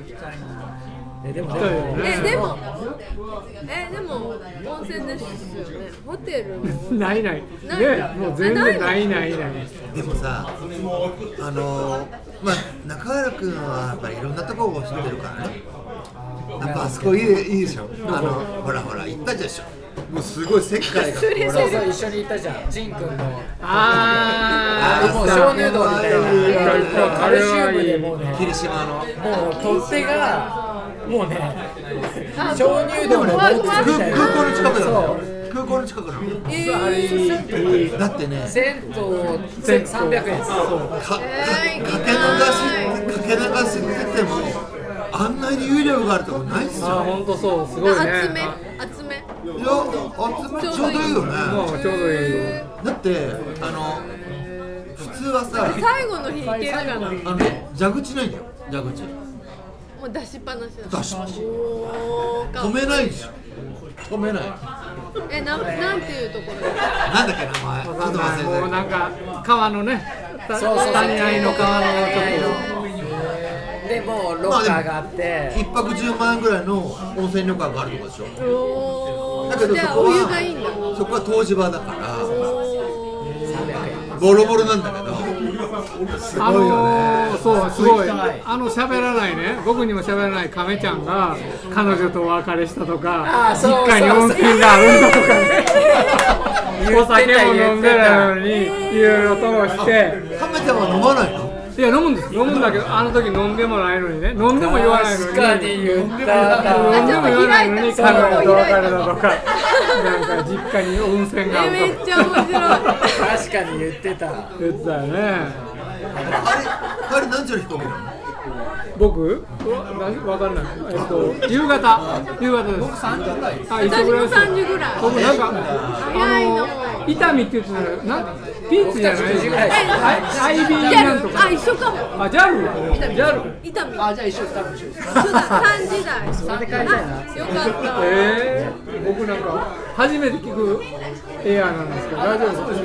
Speaker 5: えでも
Speaker 2: 行きたいよね
Speaker 3: えでもえでも温泉ですよねホテルも
Speaker 2: ないない。
Speaker 3: ない
Speaker 2: ね、もう全然ないないない。
Speaker 4: でもさ、あのまあ、中原君はやっぱりいろんなとこを知ってるからね、やっぱあそこいいいいでしょ、あのほらほら、行ったでしょ、もうすごい世界が、ほ
Speaker 5: そう
Speaker 4: ら
Speaker 5: そう一緒に行ったじゃんジン君の
Speaker 2: あ
Speaker 5: あ
Speaker 2: ー
Speaker 5: もう鍾乳洞みたいな
Speaker 4: 行った行った
Speaker 5: もうカルシウムでもうね
Speaker 4: 霧島の、
Speaker 5: もう取っ手がもうね鍾乳洞の洞窟
Speaker 4: 空
Speaker 5: みたいな
Speaker 4: 空港の近くな
Speaker 5: そ
Speaker 4: の
Speaker 5: う、
Speaker 4: 空港の近くなの、
Speaker 3: え
Speaker 2: あれいいいい
Speaker 4: だってね、か
Speaker 5: 銭湯
Speaker 2: 銭湯
Speaker 5: 300円です
Speaker 4: かか
Speaker 3: えー行きたい
Speaker 4: け流し、かけ流しってても、あんなに有料があるとこないっす
Speaker 2: あー、
Speaker 4: よ。
Speaker 2: 本当そう、すごいね。
Speaker 3: 厚め厚め
Speaker 4: いや、集めちょうどいいよね。
Speaker 2: もうちょうどいいよ。
Speaker 4: だってあの普通はさ
Speaker 3: 最後の日行けるかなも
Speaker 4: あの蛇口ないんだよ蛇口
Speaker 3: う出しっぱなしだ
Speaker 4: 出しっぱなし
Speaker 3: おーか
Speaker 4: 止めないんですよ止めない
Speaker 3: えななんていうところですか
Speaker 4: なんだっけ名前ちょっ
Speaker 2: もう
Speaker 4: と忘れ
Speaker 2: な
Speaker 4: て
Speaker 2: んか川のね、ス
Speaker 5: そうそう
Speaker 2: タニアイの川のとこ
Speaker 5: でもうロッカーがあって
Speaker 4: る一泊10万円ぐらいの温泉旅館があるとこでしょ
Speaker 3: お
Speaker 4: だけ
Speaker 3: ー
Speaker 4: ど
Speaker 3: じ
Speaker 4: そ
Speaker 3: ゃあ
Speaker 4: こ
Speaker 3: お湯がいいんだ
Speaker 4: はそこは湯治場だか
Speaker 5: 300円
Speaker 4: らボロボロなんだけどす
Speaker 2: あ
Speaker 4: ごいよ
Speaker 2: のー、
Speaker 4: ね
Speaker 2: そうすごいあの喋らないね僕にも喋らない亀ちゃんが彼女とお別れしたとか
Speaker 5: あーそうそう
Speaker 2: 実家に温泉があるんだとかね
Speaker 5: えー
Speaker 2: お酒も飲んでないのにいろいろともして
Speaker 4: カメちゃんは飲まないの
Speaker 2: いや飲むんです飲むんだけどあの時飲んでもないのにね飲んでも言わないのに
Speaker 5: 確かに言った
Speaker 2: 飲んでも言わないのに彼女とお別れだとかなんか実家に温泉があ
Speaker 3: え
Speaker 2: る
Speaker 3: め
Speaker 2: と
Speaker 3: っ
Speaker 2: か
Speaker 3: ちゃ面白い
Speaker 5: 確かに言ってた
Speaker 2: 言ってたよね
Speaker 4: あれあれ何時の飛行機なの
Speaker 2: 僕うわなわかんない、えっと、夕方夕方ですあ一緒
Speaker 3: 私も3
Speaker 2: ぐらいです
Speaker 3: 時ぐらい
Speaker 2: 僕なんか
Speaker 3: 早いの
Speaker 2: あの伊丹って言ってたらなピーチじゃない
Speaker 5: 僕たちと一緒ぐらいです
Speaker 2: あアイビー
Speaker 3: ギ
Speaker 2: なん
Speaker 3: ャ
Speaker 2: と
Speaker 3: ルあ
Speaker 2: か
Speaker 3: 一緒かも
Speaker 2: あジャルジャル
Speaker 3: 伊丹
Speaker 1: あじゃあ一緒多分一緒です
Speaker 3: そうだ三時台
Speaker 5: れで帰りたいな
Speaker 3: あよかった
Speaker 2: えー、僕なんか初めて聞くエアーなんですけど大丈夫
Speaker 1: そう
Speaker 2: で
Speaker 1: で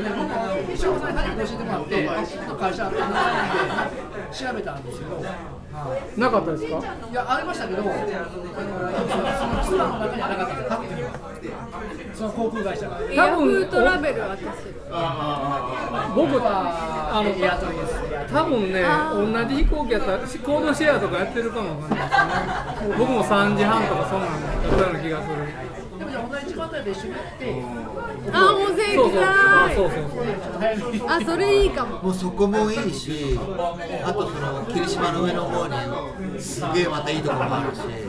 Speaker 1: すす
Speaker 2: か
Speaker 1: ね僕あの西岡さんに初めて教えてもらってあそこの会社あったなと思って調べたんですけど
Speaker 2: なかったですか
Speaker 1: いやありましたけどあのそのツアーの中にはなかったんですよ多分その航空会社が
Speaker 3: エアフートラベル私
Speaker 2: 僕
Speaker 1: あ
Speaker 2: あの
Speaker 1: エアトリですエアト
Speaker 2: 多分ね、同じ飛行機やったら、しコードシェアとかやってるかもわかんないですね。僕も3時半とかそんなんだったような気がする。
Speaker 1: リでもじゃあ同じ時間帯で一緒に行って
Speaker 3: あ温泉
Speaker 2: そ
Speaker 3: 行
Speaker 2: う
Speaker 3: き
Speaker 2: そう、あ
Speaker 3: たい
Speaker 2: そうそうそう。
Speaker 1: 早めに
Speaker 3: あそれいいかも
Speaker 4: もうそこもいいしあとその霧島の上の方にすげえまたいいところもあるしいっ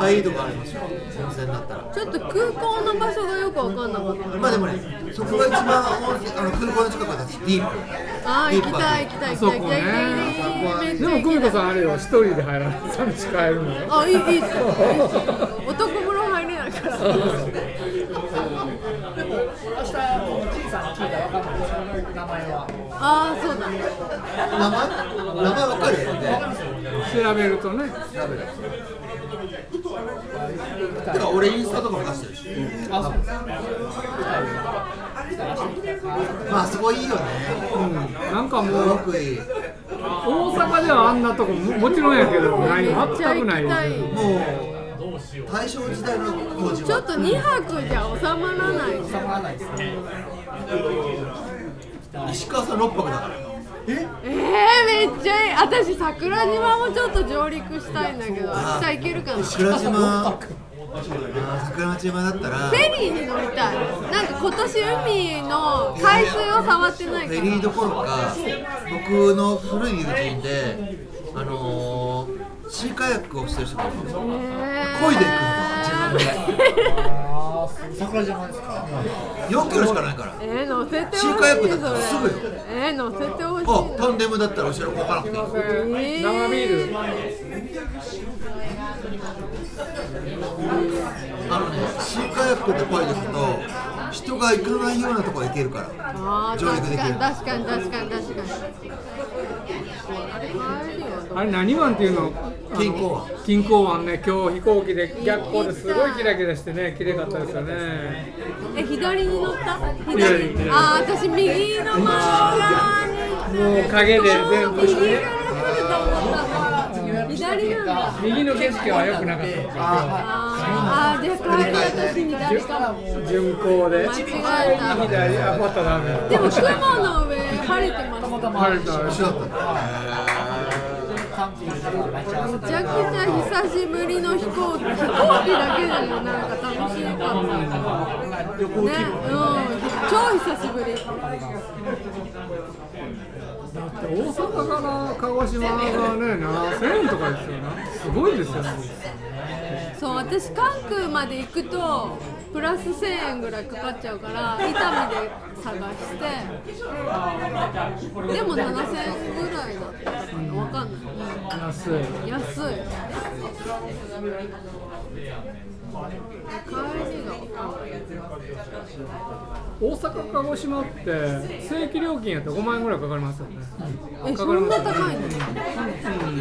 Speaker 4: ぱいいいとこありますよ温泉だったら
Speaker 3: ちょっと空港の場所がよくわかんなかった
Speaker 4: まあでもねそこが一番温泉あの空港の近くだしディープ
Speaker 3: ああ行きたい行きたい行きたい行きたい行きたい行きたい
Speaker 2: でも久美子さんあれよ
Speaker 3: あ
Speaker 2: 一人で入らない寂しく入るのよ
Speaker 3: いいいいっすよいいっすよ男風呂入れないから
Speaker 1: でも明日もう小さな聞いたら分かんないですよ名前は
Speaker 3: ああそうだ
Speaker 4: 名前名前わかるよね
Speaker 2: 調べるとね
Speaker 4: ラベルだから俺インスタとかも出してるしまあそこいいよね
Speaker 2: なんか
Speaker 4: す
Speaker 2: も
Speaker 4: ご
Speaker 2: う
Speaker 4: くいいも
Speaker 2: 大阪ではあんなとこももちろんやけどない全くないです
Speaker 3: め
Speaker 2: よ
Speaker 3: っ
Speaker 4: う大正時代の当
Speaker 3: ち
Speaker 4: 時
Speaker 3: ょっ
Speaker 4: は
Speaker 3: と2泊じゃ収まらない
Speaker 1: 収まらないですね
Speaker 4: 石川さん6泊だから
Speaker 3: えー、めっちゃいい私桜島もちょっと上陸したいんだけど明日行けるかなフ
Speaker 4: 桜島あー桜島だったら
Speaker 3: ェリーに乗りたいなんか今年海の海水を触ってない
Speaker 4: フ
Speaker 3: から
Speaker 4: ェリーどころか僕の古い友人であのー、シーカヤックをしてる人がいるんですよ漕いでいくんだ自分で
Speaker 1: あー桜島ですか
Speaker 4: 4キロしかないから
Speaker 3: えー、乗せてほしい
Speaker 4: シーカヤックだったらすぐよ
Speaker 3: それえー、乗せてほしい
Speaker 4: あタンデムだったら後ろこかなくていい
Speaker 3: えー
Speaker 2: 生ビール
Speaker 4: あのねシーカヤックで漕いでいくと人が行かないようなところ行けるから
Speaker 3: あー
Speaker 4: 上陸できる
Speaker 3: 確かに確かに確かに確かにあれ帰りはどう
Speaker 2: あれ何湾っていうのあの
Speaker 4: 錦江湾
Speaker 2: 錦江湾ね今日飛行機で逆光ですごいキラキラしてね綺麗かったですよね
Speaker 3: え左に乗った
Speaker 2: 左
Speaker 3: 左ああ私右の側側に
Speaker 2: もう影で全部
Speaker 3: 右から来ると思ったから左なんだ
Speaker 2: 右の景色は良くなかったですよ
Speaker 3: あーあーじゃあ帰り私左からもう
Speaker 2: 巡航で
Speaker 3: 間違えた
Speaker 2: 左あまたダメ
Speaker 3: でも雲の上晴れてますめ
Speaker 2: 晴れた
Speaker 4: 一緒だったんだ
Speaker 1: 感じで待ち合わせて
Speaker 3: ちゃくちゃ久しぶりの飛行機飛行機だけでもなんか楽しかった旅行気分ねうん超久しぶり
Speaker 2: 大阪から鹿児島がね7000円とかですよねすごいですよね
Speaker 3: そう私関空まで行くとプラス1000円ぐらいかかっちゃうから伊丹で探してでも7000円ぐらいだったかなわかんない
Speaker 2: 安
Speaker 3: うん安い帰りがわかんない
Speaker 2: い大阪鹿児島って正規料金やったら5万円ぐらいかかりますよね
Speaker 3: え
Speaker 2: か
Speaker 3: そ
Speaker 2: かり
Speaker 3: ん
Speaker 2: ま
Speaker 3: な
Speaker 2: すよ
Speaker 3: 高
Speaker 2: ね
Speaker 3: いの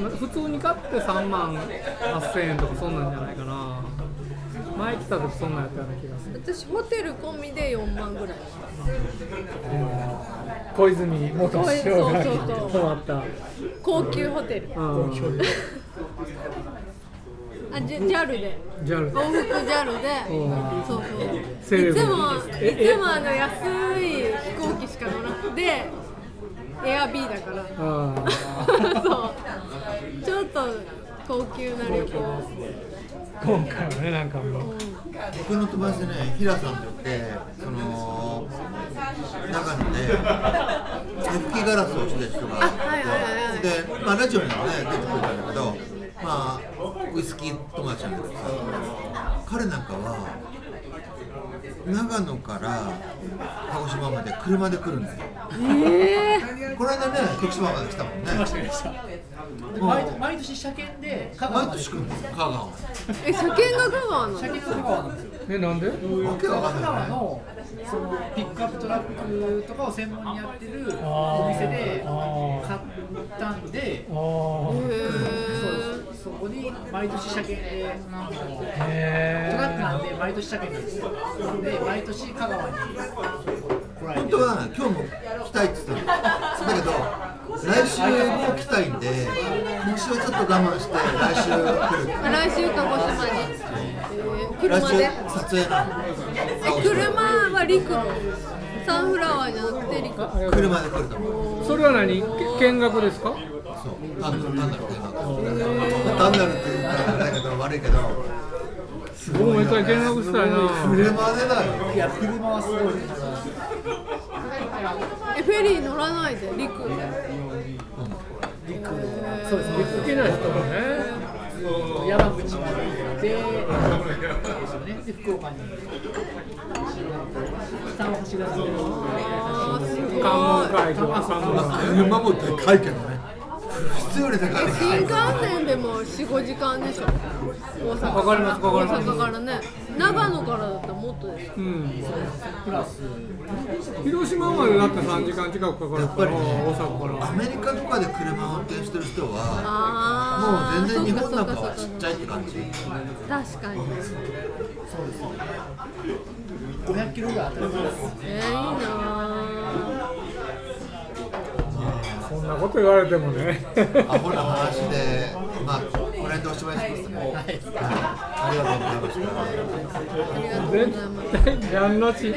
Speaker 2: うん普通に買って3万8000円とかそんなんじゃないかな前来た時そんなんやったような気がする
Speaker 3: 私ホテル込みで4万ぐらい
Speaker 2: 小泉元首相が
Speaker 3: そうそうそう
Speaker 2: 泊まった
Speaker 3: 高級ホテル
Speaker 2: うん
Speaker 3: あジャ JAL で
Speaker 2: JAL
Speaker 3: 往復 JAL で
Speaker 2: うん
Speaker 3: そう
Speaker 2: セ
Speaker 3: そう
Speaker 2: レ
Speaker 3: い
Speaker 2: ブ
Speaker 3: つも
Speaker 2: え
Speaker 3: いつもあの安い飛行機しか乗らなくてエアビーだから
Speaker 2: ああ
Speaker 3: そうちょっと高級な旅行
Speaker 2: 今回はねなんかもう
Speaker 4: 僕の友達でね、ヒラさんって言って、その中にね、吹きガラスをしてる人が
Speaker 3: あはいはいはい
Speaker 4: いて、で、まあ、ラジオにもね、出てくれたんだけど、まあ、ウイスキー友達なんだけどさ、彼なんかは、長野から鹿児島まで車で来るんだよ。
Speaker 3: えー、
Speaker 4: この間ね、徳島まで来たもんね。
Speaker 1: で毎毎年車検で香川
Speaker 4: 毎
Speaker 1: まで
Speaker 4: 年来るんですよ、香川ま
Speaker 3: え車検が香川なの
Speaker 1: 車検が香川なんですよ
Speaker 2: えなんで
Speaker 4: で。わけわかんない
Speaker 1: 川
Speaker 4: よね。
Speaker 1: のそのピックアップトラックとかを専門にやってるお店で買ったんで
Speaker 2: あ
Speaker 3: へ
Speaker 1: そこに毎年車検で
Speaker 2: あへ
Speaker 1: トラック
Speaker 2: え
Speaker 1: なんで毎年車検なんですよで毎年香川に来られ
Speaker 4: 本
Speaker 1: て
Speaker 4: 当
Speaker 1: る
Speaker 4: は今日も来たいって言ってたんだけど来週も来たいんで今週はちょっと我慢して来週来る
Speaker 3: ー来週鹿児島に、えー、
Speaker 4: 来
Speaker 3: 車で
Speaker 4: 週撮影なの
Speaker 3: え車は陸路サンフラワーじゃなくて陸路
Speaker 4: 車で来ると思う
Speaker 2: それは何け見学ですか
Speaker 4: そう単単なるっていうのは単なるっていうのはあれだけど悪いけど
Speaker 2: 僕も一回見学したいな
Speaker 4: 車でだよ
Speaker 1: いや車はすごいです
Speaker 3: えフェリー乗らないで陸路
Speaker 2: 行けない人もね
Speaker 1: 山口まで行って、ですよね、で福岡に行って、北を走らせてる
Speaker 3: あーすごい
Speaker 2: 関門海峡関門
Speaker 4: まあ車もでかいけどね必要に高いね
Speaker 3: 新幹線でも45時間でしょ大阪
Speaker 2: かかりますかかります
Speaker 3: 大阪からね長野からだったらもっとですよ
Speaker 2: うん
Speaker 1: プラス、
Speaker 2: 広島までだって3時間近くかかる
Speaker 4: やっぱ
Speaker 2: から
Speaker 4: りね
Speaker 2: 大阪か
Speaker 4: アメリカとかで車を運転してる人は
Speaker 3: あ
Speaker 4: も
Speaker 3: あ
Speaker 4: う全然日本なんか
Speaker 3: そう
Speaker 4: は
Speaker 3: かそ
Speaker 4: ち
Speaker 3: う
Speaker 4: っ
Speaker 3: か
Speaker 4: ちゃいって感じ
Speaker 3: 確かに
Speaker 1: 500キロぐらい当たります。
Speaker 3: えー、いいな
Speaker 2: らそんなこと言われてもね
Speaker 4: アホな話でまあこれでおしまいしますね、はい、ありがとうございました
Speaker 3: ーありがとうございます
Speaker 2: 絶対ジャンラチ